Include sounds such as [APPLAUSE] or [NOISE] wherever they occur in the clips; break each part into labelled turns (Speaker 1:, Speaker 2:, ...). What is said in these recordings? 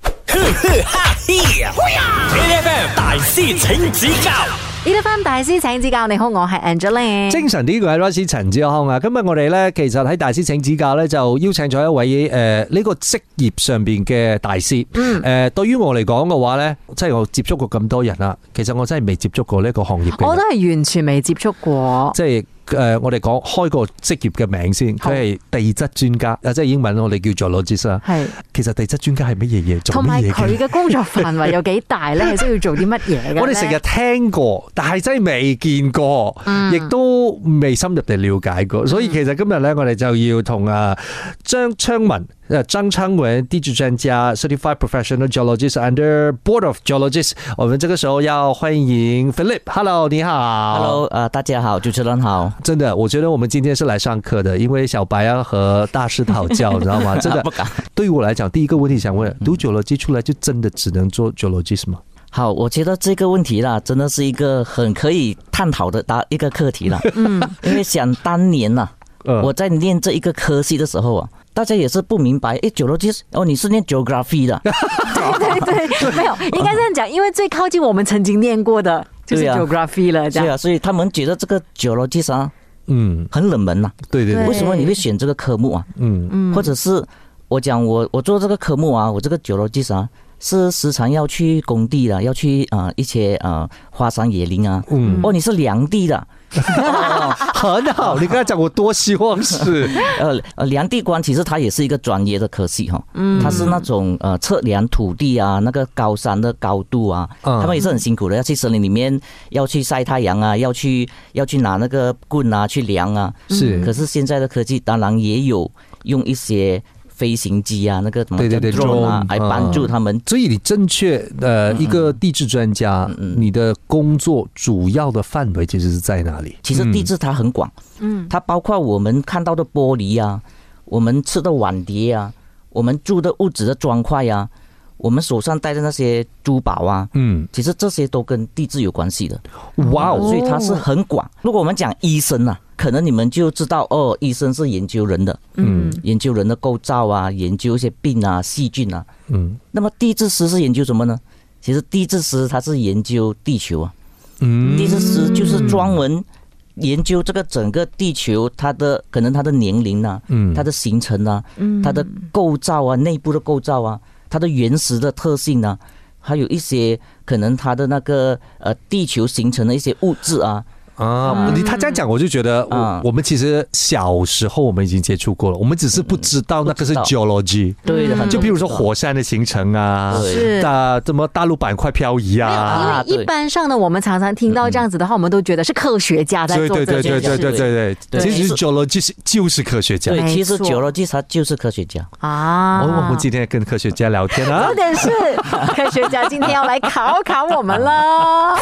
Speaker 1: 呵呵哈嘿啊！A F M 大師請指教
Speaker 2: 呢啲 f 大師請指教，你好，我係 Angeline。
Speaker 3: 精神啲嘅係 Rosie 陳志康啊！今日我哋咧，其實喺大師請指教咧，就邀請咗一位誒呢個職業上邊嘅大師。嗯，誒對於我嚟講嘅話咧，即係我接觸過咁多人啦，其實我真係未接觸過呢一個行業嘅人。
Speaker 2: 我都係完全未接觸過，
Speaker 3: 即係誒、呃我哋講開個職業嘅名先，
Speaker 2: 好
Speaker 3: 佢係地質專家，啊，即係英文我哋叫做 logist 啦。
Speaker 2: 係
Speaker 3: 其實地質專家係乜嘢嘢，做
Speaker 2: 同
Speaker 3: 乜
Speaker 2: 埋
Speaker 3: 嘢嘅
Speaker 2: 佢？嘅工作範圍有幾大
Speaker 3: [LAUGHS]
Speaker 2: 咧？係需要做啲乜嘢嘅呢
Speaker 3: 我哋成日聽過，但係真係未見過，亦、都未深入地了解過。所以其實今日咧，我哋就要同啊張昌文。誒張昌文地質專家 （Certified Professional Geologist under Board of Geologists），我們這個時候要歡迎 Philip。Hello，你好。
Speaker 4: Hello，呃，大家好，主持人好。
Speaker 3: 真的，我觉得我们今天是来上课的，因为小白要和大师讨教，你知
Speaker 4: [LAUGHS]
Speaker 3: 道吗？真的
Speaker 4: 啊不敢，
Speaker 3: 对于我来讲，第一个问题想
Speaker 4: 嗯
Speaker 3: 问，读 geology 出来就真的只能做 geologist 吗？
Speaker 4: 好，我觉得这个问题啦，真的是一个很可以探讨的答一个课题
Speaker 1: [LAUGHS]
Speaker 4: 啦。嗯，因为想当年呐、
Speaker 3: 嗯
Speaker 4: 我在念这一个科系的时候啊，大家也是不明白，诶 g e o l o g i s 哦，你是念 geography
Speaker 1: [LAUGHS]
Speaker 4: 的，
Speaker 1: 啊
Speaker 2: 对对对， [LAUGHS] 没有，应该这样讲，因为最靠近我们曾经念过
Speaker 3: 哦
Speaker 2: 的就是
Speaker 4: 对啊
Speaker 2: geography 了，这
Speaker 4: 对
Speaker 2: 样。
Speaker 4: 啊，所以他们觉得这个 geologist 啊
Speaker 3: 嗯，
Speaker 4: 很冷门呐、啊
Speaker 3: 对对
Speaker 4: 为
Speaker 3: 对，
Speaker 4: 什么你会选这个科目啊？
Speaker 3: 嗯
Speaker 4: 或者是我讲我我做这个科目啊，我这个 geologist 啊，是时常要去工地的，要去啊、呃一些啊、呃花山野林啊。
Speaker 3: 嗯
Speaker 4: 哦，你是良地
Speaker 3: [LAUGHS]
Speaker 4: 的，
Speaker 3: 很好，哦你刚才讲我多希望是，
Speaker 4: 呃呃，量地官其实它也是一个专业的科系哈，
Speaker 3: 嗯
Speaker 4: 它是那种呃测量土地啊，那个高山的高度啊，
Speaker 3: 嗯
Speaker 4: 他们也是很辛苦的，要去森林里面，要去晒太阳啊，要去要去拿那个棍啊去量啊。
Speaker 3: 是
Speaker 4: 可是现在的科技当然也有用一些飞行机啊，那个什么
Speaker 3: 对对对
Speaker 4: drone 啊
Speaker 3: drone，，嗯
Speaker 4: 来帮助他们。
Speaker 3: 所以你正确呃一个地质专家，你的工作主要的范围其实是在哪里？
Speaker 4: 其实地质它很广，
Speaker 2: 嗯，
Speaker 4: 它包括我们看到的玻璃啊，我们吃的碗碟啊，我们住的屋子的砖块啊，我们手上戴的那些珠宝啊，
Speaker 3: 嗯，
Speaker 4: 其实这些都跟地质有关系的，
Speaker 3: 哇哦，
Speaker 4: 所以它是很广。如果我们讲医生啊，可能你们就知道哦，医生是研究人的，
Speaker 2: 嗯，
Speaker 4: 研究人的构造啊，研究一些病啊、细菌啊。
Speaker 3: 嗯
Speaker 4: 那么地质师是研究什么呢？其实地质师他是研究地球啊，
Speaker 3: 嗯
Speaker 4: 地质师就是专门研究这个整个地球它的可能它的年龄啊，
Speaker 3: 嗯
Speaker 4: 它的形成啊，
Speaker 2: 嗯
Speaker 4: 它的构造啊，内部的构造啊，它的原始的特性啊，还有一些可能它的那个呃地球形成的一些物质啊，
Speaker 3: 啊，你他这样讲，我就觉得我、
Speaker 4: 啊
Speaker 3: 我们其实小时候我们已经接触过了，我们只是不知道那个是
Speaker 4: 不知嗯
Speaker 3: geology，
Speaker 4: 对
Speaker 2: 嗯
Speaker 4: 的，很
Speaker 3: 就
Speaker 4: 多
Speaker 3: 比如说
Speaker 4: 的
Speaker 3: 火山的形成啊，
Speaker 4: 对
Speaker 2: 是。
Speaker 3: 大什么大陆板块漂移啊。
Speaker 4: 啊
Speaker 2: 因为一
Speaker 4: 对
Speaker 2: 般上呢，我们常常听到这样子的话，我们都觉得是科学家在
Speaker 3: 对
Speaker 2: 做
Speaker 3: 对
Speaker 2: 这
Speaker 3: 对
Speaker 2: 件
Speaker 3: 对
Speaker 2: 事
Speaker 3: 对
Speaker 2: 情
Speaker 3: 对对对，
Speaker 4: 对
Speaker 3: 其实
Speaker 4: 是
Speaker 3: geology 是就是科学家。
Speaker 4: 对，
Speaker 2: 没
Speaker 4: 其实
Speaker 2: 错
Speaker 4: geology 它就是科学家，
Speaker 2: 啊。
Speaker 3: 我哦我们今天跟科学家聊天啊
Speaker 2: 重，点是科学家今天要来考考我们
Speaker 3: [LAUGHS]
Speaker 2: 了。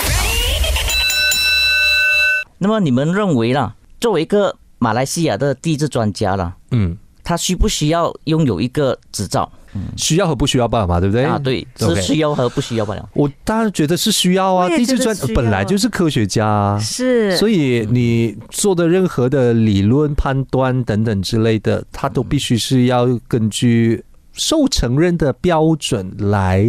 Speaker 4: 那么你们认为啦，作为一个马来西亚的地质专家啦，
Speaker 3: 嗯，
Speaker 4: 他需不需要拥有一个执照
Speaker 3: 需要和不需要办嘛，对不对？
Speaker 4: 啊？对，是
Speaker 3: OK
Speaker 4: 需要和不需要罢了。
Speaker 3: 我当然觉得是需要啊，
Speaker 2: 我也
Speaker 3: 地质
Speaker 2: 觉得
Speaker 3: 专
Speaker 2: 需要
Speaker 3: 本来就是科学家啊，
Speaker 2: 是，
Speaker 3: 所以你做的任何的理论判断等等之类的，它都必须是要根据受承认的标准来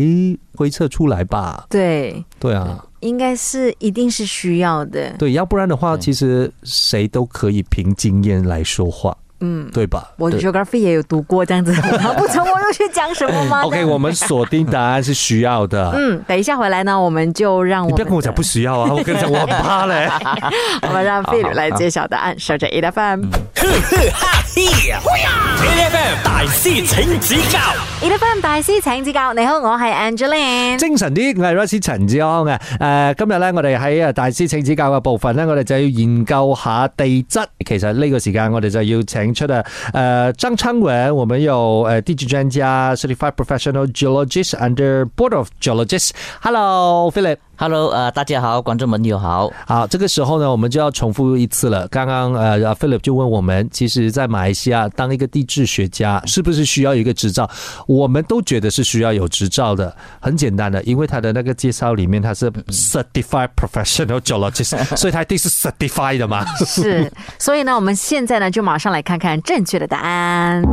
Speaker 3: 推测出来吧？
Speaker 2: 对，
Speaker 3: 对啊，
Speaker 2: 应该是一定是需要的。
Speaker 3: 对，要不然的话，
Speaker 4: 对
Speaker 3: 其实谁都可以凭经验来说话，嗯，对吧？
Speaker 2: 我
Speaker 4: 对
Speaker 2: geography 也有读过这
Speaker 3: [LAUGHS]
Speaker 2: 样子，难不成我又去讲什么吗
Speaker 3: OK，我们锁定答案是需要的。
Speaker 2: 嗯，等一下回来呢，我们就啊让我
Speaker 3: 你
Speaker 2: 们
Speaker 3: 不要跟我讲
Speaker 2: 的
Speaker 3: 不需要啊！我跟你讲，我很怕嘞。
Speaker 2: [LAUGHS] 我们让费吕来揭晓答案。守着 A F M，A
Speaker 3: 嗯
Speaker 1: 呵呵哈嘿啊！A F M 大師請指教
Speaker 2: F M 大師請指教。你好，我係 Angeline。
Speaker 3: 精神啲，我系 Rosie 陳志康嘅。誒、今日咧，我哋喺誒大師請指教嘅部分咧，我哋就要研究下地質。其實呢個時間，我哋就要請出啊誒、張昌文，我們有誒地質專家 Certified Professional Geologist under Board of Geologists。Hello，Philip。
Speaker 4: Hello，呃，大家好，观众朋友好。
Speaker 3: 好，这个时候呢，我们就要重复一次了。刚刚呃，Philip 就问我们，其实，在马来西亚当一个地质学家，
Speaker 4: 嗯
Speaker 3: 是不是需要有一个执照？我们都觉得是需要有执照的。很简单的，因为他的那个介绍里面他是
Speaker 4: 嗯
Speaker 3: Certified Professional
Speaker 4: [LAUGHS]
Speaker 3: Geologist，所以他一定是 Certified 的嘛。
Speaker 2: 是，所以呢，我们现在呢就马上来看看正确的答案。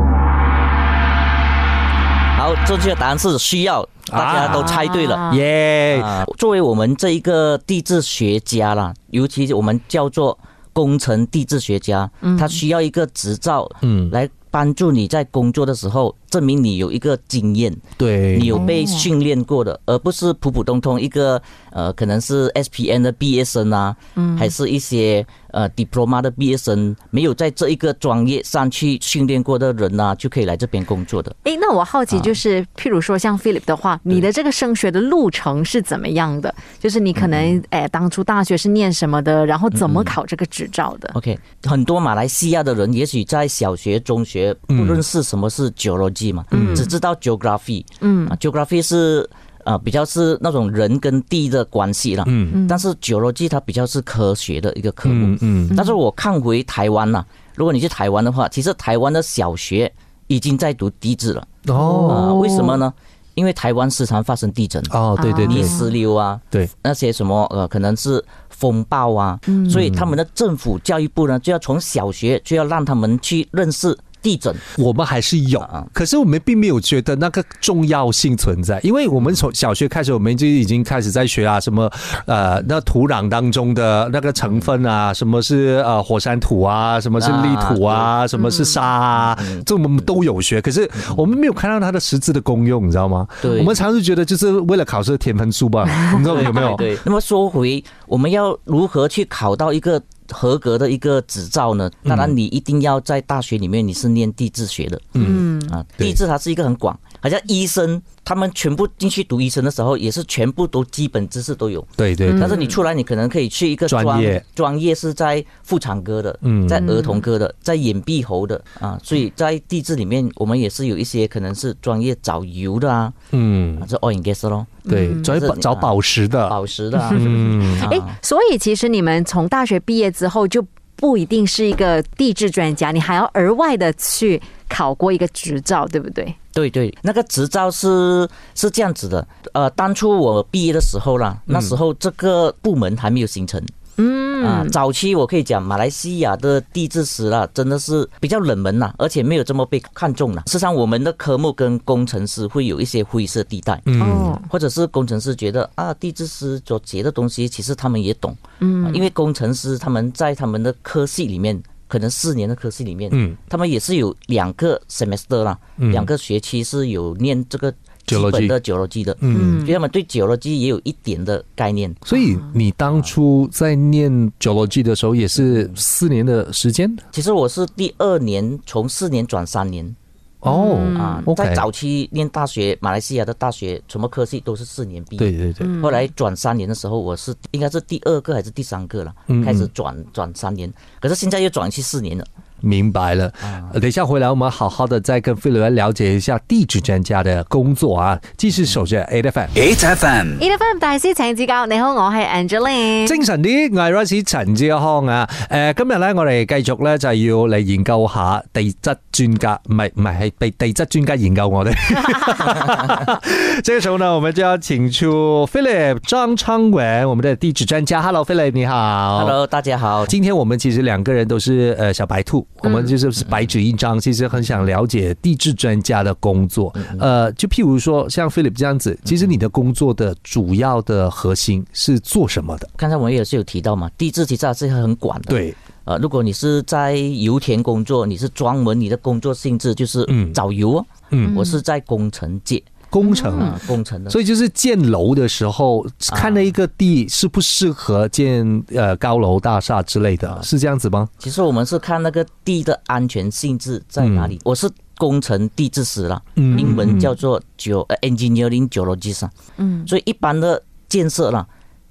Speaker 4: 好，好，正确答案是需要，大家都猜对了。
Speaker 2: 啊
Speaker 3: 耶、
Speaker 4: [LAUGHS] 啊，作为我们这一个地质学家啦，尤其是我们叫做工程地质学家，他需要一个执照
Speaker 3: 嗯，
Speaker 4: 来帮助你在工作的时候证明你有一个经验，
Speaker 3: 对
Speaker 4: 你，有被训练过的，而不是普普通通一个呃，可能是 SPN 的毕业生啊，还是一些呃 diploma 的毕业生，没有在这一个专业上去训练过的人啊，就可以来这边工作的。
Speaker 2: 诶，哎那我好奇就是，譬如说像 Philip 的话，你的这个升学的路程是怎么样的？就是你可能诶、当初大学是念什么的，然后怎么考这个执照的？
Speaker 4: OK，很多马来西亚的人也许在小学、中学不
Speaker 3: 嗯
Speaker 4: 认识什么是 geology 嘛，只知道 geography，
Speaker 2: 嗯
Speaker 4: 啊，geography 是呃比较是那种人跟地的关系啦，
Speaker 3: 嗯
Speaker 4: 但是 geology 它比较是科学的一个科目
Speaker 3: 嗯。嗯，
Speaker 4: 但是我看回台湾呐、如果你去台湾的话，其实台湾的小学已经在读地质了
Speaker 3: 哦
Speaker 4: 啊，为什么呢？因为台湾时常发生地震。
Speaker 3: 哦，对对
Speaker 4: 泥
Speaker 3: 对，
Speaker 4: 石流啊，
Speaker 3: 对，嗯
Speaker 4: 那些什么呃，可能是风暴啊，所以他们的政府教育部呢，就要从小学就要让他们去认识地震。
Speaker 3: 我们还是有
Speaker 4: 啊，
Speaker 3: 可是我们并没有觉得那个重要性存在，因为我们从小学开始，我们就已经开始在学啊，什么呃，那土壤当中的那个成分啊，
Speaker 4: 嗯
Speaker 3: 什么是呃火山土啊，什么是粒土啊，什
Speaker 4: 嗯
Speaker 3: 么是沙啊，这我们都有学，可是我们没有看到它的实质的功用，你知道吗？
Speaker 4: 对
Speaker 3: 我们常常觉得就是为了考试的填分数吧，你知道有没嗯
Speaker 4: [LAUGHS]
Speaker 3: 有？
Speaker 4: 对。那么说回，我们要如何去考到一个合格的一个执照呢？
Speaker 3: 嗯
Speaker 4: 当然，你一定要在大学里面你是念地质学的，嗯啊，
Speaker 3: 对
Speaker 4: 地质它是一个很广，好像医生他们全部进去读医生的时候，也是全部都基本知识都有。
Speaker 3: 对对对
Speaker 4: 但是你出来，你可能可以去一个
Speaker 3: 嗯专业，
Speaker 4: 专业是在妇产科的，
Speaker 3: 嗯
Speaker 4: 在儿童科的，在眼闭喉的啊，所以在地质里面，我们也是有一些可能是专业找油的啊，
Speaker 3: 嗯
Speaker 4: 啊，这 oil and gas 咯，
Speaker 3: 对，找
Speaker 4: 嗯这
Speaker 3: 找宝石的，
Speaker 4: 宝石的啊，
Speaker 3: 嗯，
Speaker 2: 诶，哎所以其实你们从大学毕业之后就不一定是一个地质专家，你还要额外的去考过一个执照，对不对？
Speaker 4: 对对，那个执照是是这样子的，呃，当初我毕业的时候啦，那时候这个部门还没有形成。嗯啊，早期我可以讲，马来西亚的地质史啦，真的是比较冷门啦，而且没有这么被看重啦。事实上，我们的科目跟工程师会有一些灰色地带，
Speaker 2: 哦，
Speaker 4: 或者是工程师觉得啊，地质师所学的东西，其实他们也懂。嗯，因为工程师他们在他们的科系里面，可能四年的科系里面，
Speaker 3: 嗯，
Speaker 4: 他们也是有两个 semester 啦，
Speaker 3: 嗯
Speaker 4: 两个学期是有念这个基
Speaker 3: Geology
Speaker 4: 本的 geology 的，
Speaker 3: 嗯
Speaker 4: 所以他们对 geology 也有一点的概念。
Speaker 3: 所以你当初在念 geology 的时候，也是四年的时间
Speaker 4: 其实我是第二年从四年转三年
Speaker 3: 哦
Speaker 4: 啊，在
Speaker 3: ，OK，
Speaker 4: 早期念大学，马来西亚的大学什么科系都是四年毕业。
Speaker 3: 对对对，
Speaker 4: 后来转三年的时候，我是应该是第二个还是第三个了，
Speaker 3: 嗯
Speaker 4: 开始转转三年，可是现在又转去四年了。
Speaker 3: 明白了。呃等一下回来，我们好好的再跟飞流来了解一下地质专家的工作啊。继续守着 A F M。
Speaker 1: 8FM
Speaker 2: e l e p h a n 大師請指教，你好，我係 Angeline。
Speaker 3: 精神啲，我係 Rice 陳志康啊！诶、今日咧我哋繼續咧就係要嚟研究下地質專家，唔係唔係係被地質專家研究我哋。这個時候呢，我們就要請出 Philip 張昌文，我們的地質專家。Hello，Philip 你好。
Speaker 4: Hello，大家好。
Speaker 3: 今天我们其实两个人都是呃小白兔，我们就是白纸一张，其实很想了解地质专家的工作。呃，就譬如说像 Philip 这样子，其实你的工作的主要的核心是做什么的？
Speaker 4: 刚才我们也是有提到嘛，地质其实是很广的。，
Speaker 3: 对，
Speaker 4: 呃，如果你是在油田工作，你是专门你的工作性质就是
Speaker 3: 嗯
Speaker 4: 找油、哦。
Speaker 3: 嗯，
Speaker 4: 我是在工程界
Speaker 3: 工程。
Speaker 4: 啊、工程的。
Speaker 3: 所以就是建楼的时候，看了一个地适不适合建呃高楼大厦之类
Speaker 4: 啊
Speaker 3: 的，是这样子吗？
Speaker 4: 其实我们是看那个地的安全性质在哪里。我是工程地质师啦，
Speaker 3: 嗯
Speaker 4: 英文叫做 geo 呃 engineering geologist 啊。
Speaker 2: 嗯，
Speaker 4: 所以一般的建设啦，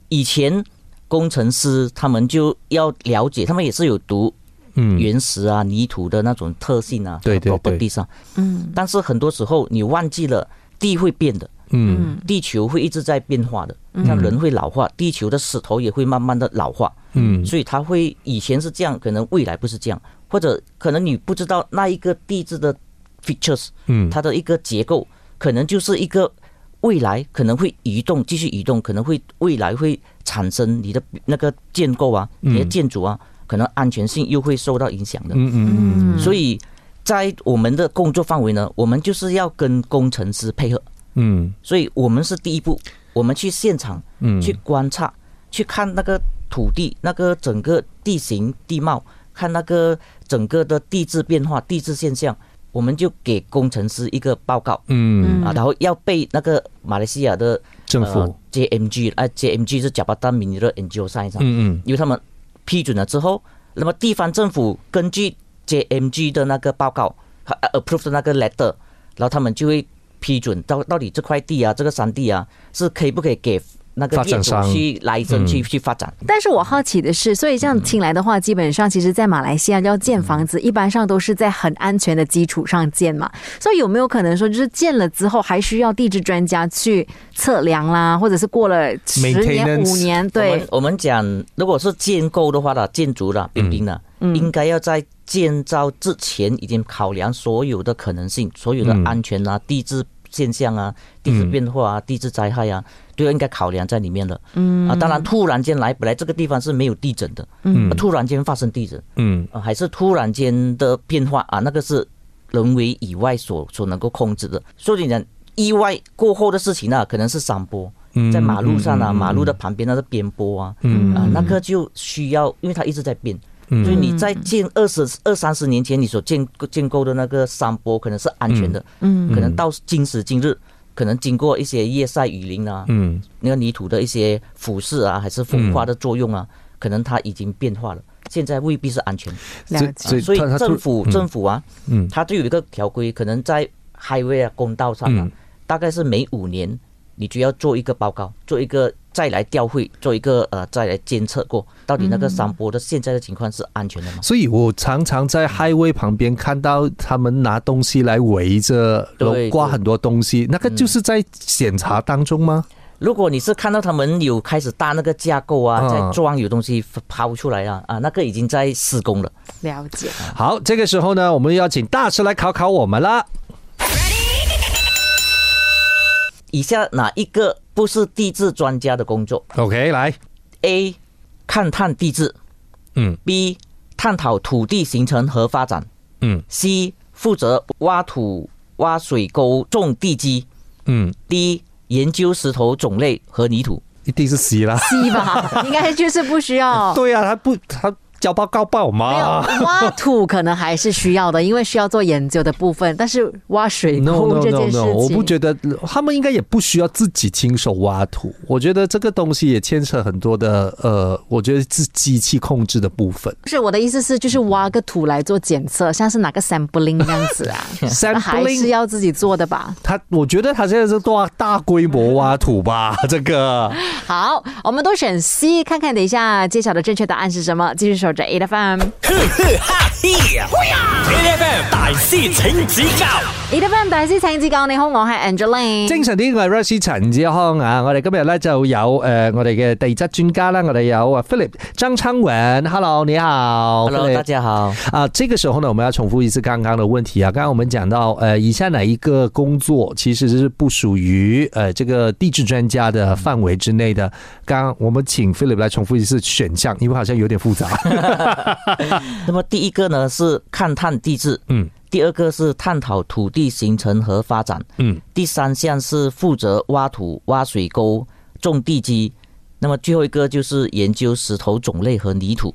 Speaker 4: 以前工程师他们就要了解，他们也是有读
Speaker 3: 嗯，
Speaker 4: 原石啊、泥土的那种特性啊，
Speaker 3: 对对对
Speaker 4: 地上。嗯，但是很多时候你忘记了地会变的，
Speaker 3: 嗯
Speaker 4: 地球会一直在变化的，那人会老化，地球的石头也会慢慢的老化。
Speaker 3: 嗯
Speaker 4: 所以它会以前是这样，可能未来不是这样，或者可能你不知道那一个地质的 features，
Speaker 3: 嗯
Speaker 4: 它的一个结构，可能就是一个未来可能会移动，继续移动，可能会未来会产生你的那个建
Speaker 3: 嗯
Speaker 4: 构啊，你的建筑啊，可能安全性又会受到影响的。
Speaker 3: 嗯嗯嗯，
Speaker 4: 所以在我们的工作范围呢，我们就是要跟工程师配合，
Speaker 3: 嗯
Speaker 4: 所以我们是第一步，我们去现场
Speaker 3: 嗯，
Speaker 4: 去观察，去看那个土地、那个整个地形地貌，看那个整个的地质变化、地质现象，我们就给工程师一个报告
Speaker 3: 嗯，
Speaker 4: 啊，然后要被那个马来西亚的
Speaker 3: 政府，
Speaker 4: 呃 JMG 啊，JMG 是贾巴丹民的 NGO Science，、
Speaker 3: 嗯嗯
Speaker 4: 因为他们批准了之后，那么地方政府根据 JMG 的那个报告和呃 approve 的那个 letter，然后他们就会批准到到底这块地啊，这个山地啊，是可以不可以给那个
Speaker 3: 发展
Speaker 4: 业
Speaker 3: 商嗯
Speaker 4: 主去来生去、去发展？
Speaker 2: 但是我好奇的是，所以这样听来的话，基本上其实，在马来西亚要建房子，一般上都是在很安全的基础上建嘛。所以有没有可能说，就是建了之后，还需要地质专家去测量啦，或者是过了十年、
Speaker 3: Maintenance
Speaker 2: 五年，
Speaker 4: 我
Speaker 2: 对
Speaker 4: 们，我们讲，如果是建构的话呢，建筑的冰冰的，应该要在建造之前已经考量所有的可能性，所有的
Speaker 3: 嗯
Speaker 4: 安全啊、地质现象啊、地质变化啊、地质灾害啊，都应该考量在里面了。嗯啊，当然突然间来，本来这个地方是没有地震的，
Speaker 3: 嗯
Speaker 4: 啊突然间发生地震，
Speaker 3: 嗯
Speaker 4: 啊，还是突然间的变化啊，那个是人为以外所所能够控制的。所以呢，意外过后的事情啊呢、可能是山坡，
Speaker 3: 嗯
Speaker 4: 在马路上啊，
Speaker 3: 嗯嗯
Speaker 4: 马路的旁边那个边坡啊，
Speaker 3: 嗯
Speaker 4: 啊，那个就需要，因为它一直在变，
Speaker 3: 嗯
Speaker 4: 所以你在建二十二三十年前你所建建构的那个山坡可能是安全的，
Speaker 2: 嗯，
Speaker 4: 可能到今时今日，可能经过一些夜晒雨淋啊，
Speaker 3: 嗯
Speaker 4: 那个泥土的一些腐蚀啊，还是风化的作用啊，可能它已经变化了，现在未必是安全。
Speaker 2: 了
Speaker 3: 所以
Speaker 2: 解。
Speaker 4: 所以
Speaker 3: 他他
Speaker 4: 政府
Speaker 3: 嗯
Speaker 4: 政府啊，
Speaker 3: 嗯
Speaker 4: 它就有一个条规，可能在 highway 啊公道上啊
Speaker 3: 嗯，
Speaker 4: 大概是每五年你就要做一个报告，做一个再来调会，做一个呃再来监测过，到底那个山坡的现在的情况是安全的吗？
Speaker 3: 所以我常常在 highway 旁边看到他们拿东西来围着，然后
Speaker 4: 对嗯
Speaker 3: 挂
Speaker 4: 对
Speaker 3: 很多东西，那个就是在检查当中吗？
Speaker 4: 如果你是看到他们有开始搭那个架构啊，
Speaker 3: 嗯
Speaker 4: 在装有东西抛出来啊啊，那个已经在施工了。
Speaker 2: 了解。
Speaker 3: 好，这个时候呢，我们要请大师来考考我们啦。
Speaker 4: 以下哪一个不是地质专家的工作
Speaker 3: OK，来，
Speaker 4: ？A. 勘探地质
Speaker 3: 嗯
Speaker 4: ，B. 探讨土地形成和发展。
Speaker 3: 嗯
Speaker 4: C 负责挖土、挖水沟、种地基
Speaker 3: 嗯，
Speaker 4: ；D 研究石头种类和泥土。
Speaker 3: 一定是 C 啦。
Speaker 2: C 吧，应该就是不需要。
Speaker 3: [LAUGHS] 对啊呀、啊，他不他交报告报
Speaker 2: 没有
Speaker 3: 嘛。
Speaker 2: 挖土可能还是需要的，因为需要做研究的部分。但是挖水
Speaker 3: [LAUGHS] No
Speaker 2: 沟
Speaker 3: no
Speaker 2: 这
Speaker 3: no
Speaker 2: 件事
Speaker 3: no，
Speaker 2: 情，
Speaker 3: 我不觉得他们应该也不需要自己亲手挖土。我觉得这个东西也牵扯很多的呃，我觉得是机器控制的部分。
Speaker 2: 不是我的意思是，就是挖个土来做检测，像是哪个 sampling 这样子啊， [LAUGHS]
Speaker 3: [LAUGHS]
Speaker 2: 那还
Speaker 3: Sampling
Speaker 2: 是要自己做的吧。
Speaker 3: 他，我觉得他现在是大大规模挖土吧， [LAUGHS] 这个。
Speaker 2: 好，我们都选 C，看看等一下揭晓的正确答案是什么。继续守着 A 的 FM。
Speaker 1: 呵呵哈嘿，A F M 大师请指教
Speaker 2: 你得翻大師請指教，你好，我係 Angeline。
Speaker 3: 精神啲嘅 r u s h 陳志康啊，我哋今日咧就有誒、呃我哋嘅地質專家啦，我哋有啊 Philip 張昌文，Hello 你好
Speaker 4: Hello，
Speaker 3: Philip
Speaker 4: 大家好。
Speaker 3: 啊，这个时候呢，我们要重复一次刚刚的问题啊。刚刚我们讲到，呃，以下哪一个工作其实是不属于呃这个地质专家的范围之内的？刚刚我们请 Philip 来重复一次选项，因为好像有点复杂。
Speaker 4: [LAUGHS] 那么第一个呢是勘探地质，
Speaker 3: 嗯，
Speaker 4: 第二个是探讨土地形成和发展，
Speaker 3: 嗯，
Speaker 4: 第三项是负责挖土、挖水沟、种地基，那么最后一个就是研究石头种类和泥土。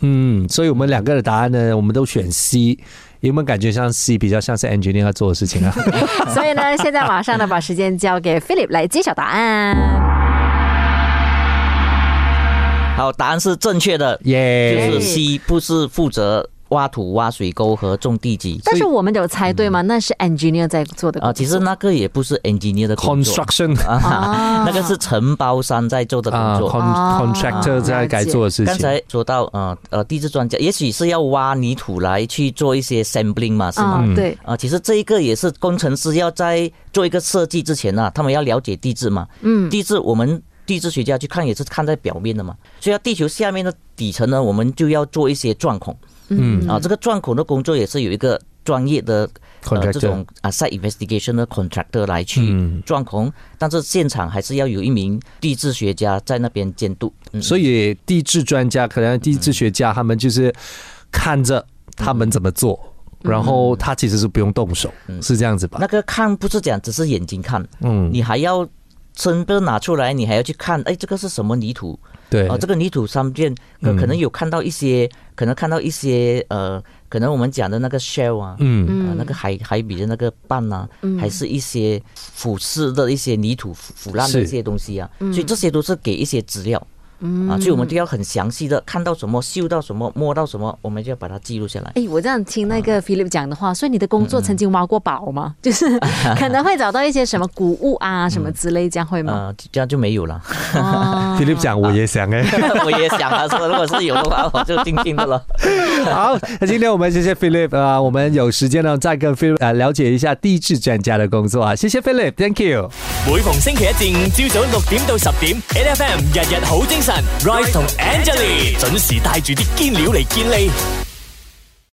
Speaker 3: 嗯，所以我们两个的答案呢，我们都选 C，有没有感觉像 C 比较像是 engineer 要做的事情
Speaker 4: [LAUGHS]
Speaker 3: 啊？
Speaker 2: 所以呢，现在马上呢，把时间交给 Philip 来揭晓答案。
Speaker 4: 好，答案是正确的，就
Speaker 3: 耶、
Speaker 4: 是 C，不是负责挖土、挖水沟和种地基。
Speaker 2: 但是我们有猜对吗？那是 engineer 在做的
Speaker 1: 哦
Speaker 4: 啊，其实那个也不是 engineer 的工作
Speaker 3: construction
Speaker 2: 啊
Speaker 4: 啊，那个是承包商在做的工
Speaker 3: 啊、
Speaker 4: 作。
Speaker 3: con contractor 在该做的事
Speaker 4: 刚
Speaker 3: 情。
Speaker 4: 才说到呃呃，地质专家也许是要挖泥土来去做一些 sampling 嘛，是吗？
Speaker 2: 啊，对，
Speaker 4: 啊，其实这一个也是工程师要在做一个设计之前呢、啊他们要了解地质嘛。
Speaker 2: 嗯
Speaker 4: 地质我们地质学家去看也是看在表面的嘛，所以它地球下面的底层呢，我们就要做一些钻孔。
Speaker 3: 嗯
Speaker 4: 啊，这个钻孔的工作也是有一个专业的呃
Speaker 3: Contractor
Speaker 4: 这种啊 site investigation 的 contractor 来去
Speaker 3: 嗯
Speaker 4: 钻孔，但是现场还是要有一名地质学家在那边监督。嗯、
Speaker 3: 所以地质专家可能地质学家他们就是看着他们怎么做，
Speaker 4: 嗯
Speaker 3: 然后它其实是不用动手，是这样子吧
Speaker 4: 那？个看不是讲只是眼睛看，
Speaker 3: 嗯，
Speaker 4: 嗯你还要身份拿出来，你还要去看，哎，这个是什么泥土？
Speaker 3: 对
Speaker 4: 哦，，这个泥土商店可
Speaker 3: 嗯
Speaker 4: 可能有看到一些，可能看到一些呃，可能我们讲的那个 shell 啊，
Speaker 3: 嗯
Speaker 4: 啊那个海海笔的那个瓣啊，还是一些腐蚀的一些泥土腐腐烂的
Speaker 3: 是嗯
Speaker 4: 一些东西啊，所以这些都是给一些资料。啊，所以我们都要很详细的看到什么，嗅到什么，摸到什么，我们就要把它记录下来。
Speaker 2: 哎，我这样听那个 Philip 讲的话，所以你的工作曾经挖过宝吗？就是可能会找到一些什么古物啊，什么之类，这样会
Speaker 3: 嗯
Speaker 2: 吗？
Speaker 4: 啊，这样就没有了。 [LAUGHS]
Speaker 2: 哦
Speaker 3: Philip 讲我也想哎、
Speaker 4: 我也想啊，说如果是有的话， [LAUGHS] 我就静静的了。
Speaker 3: [LAUGHS] 好，那今天我们谢谢 Philip 啊、我们有时间呢再跟 Philip 啊、了解一下地质专家的工作啊，谢谢 Philip，Thank you。
Speaker 1: 每逢星期一至五朝早六點到十點，N F M 日日好精神，Rise 同 Angelie 準時帶住啲堅料嚟健利。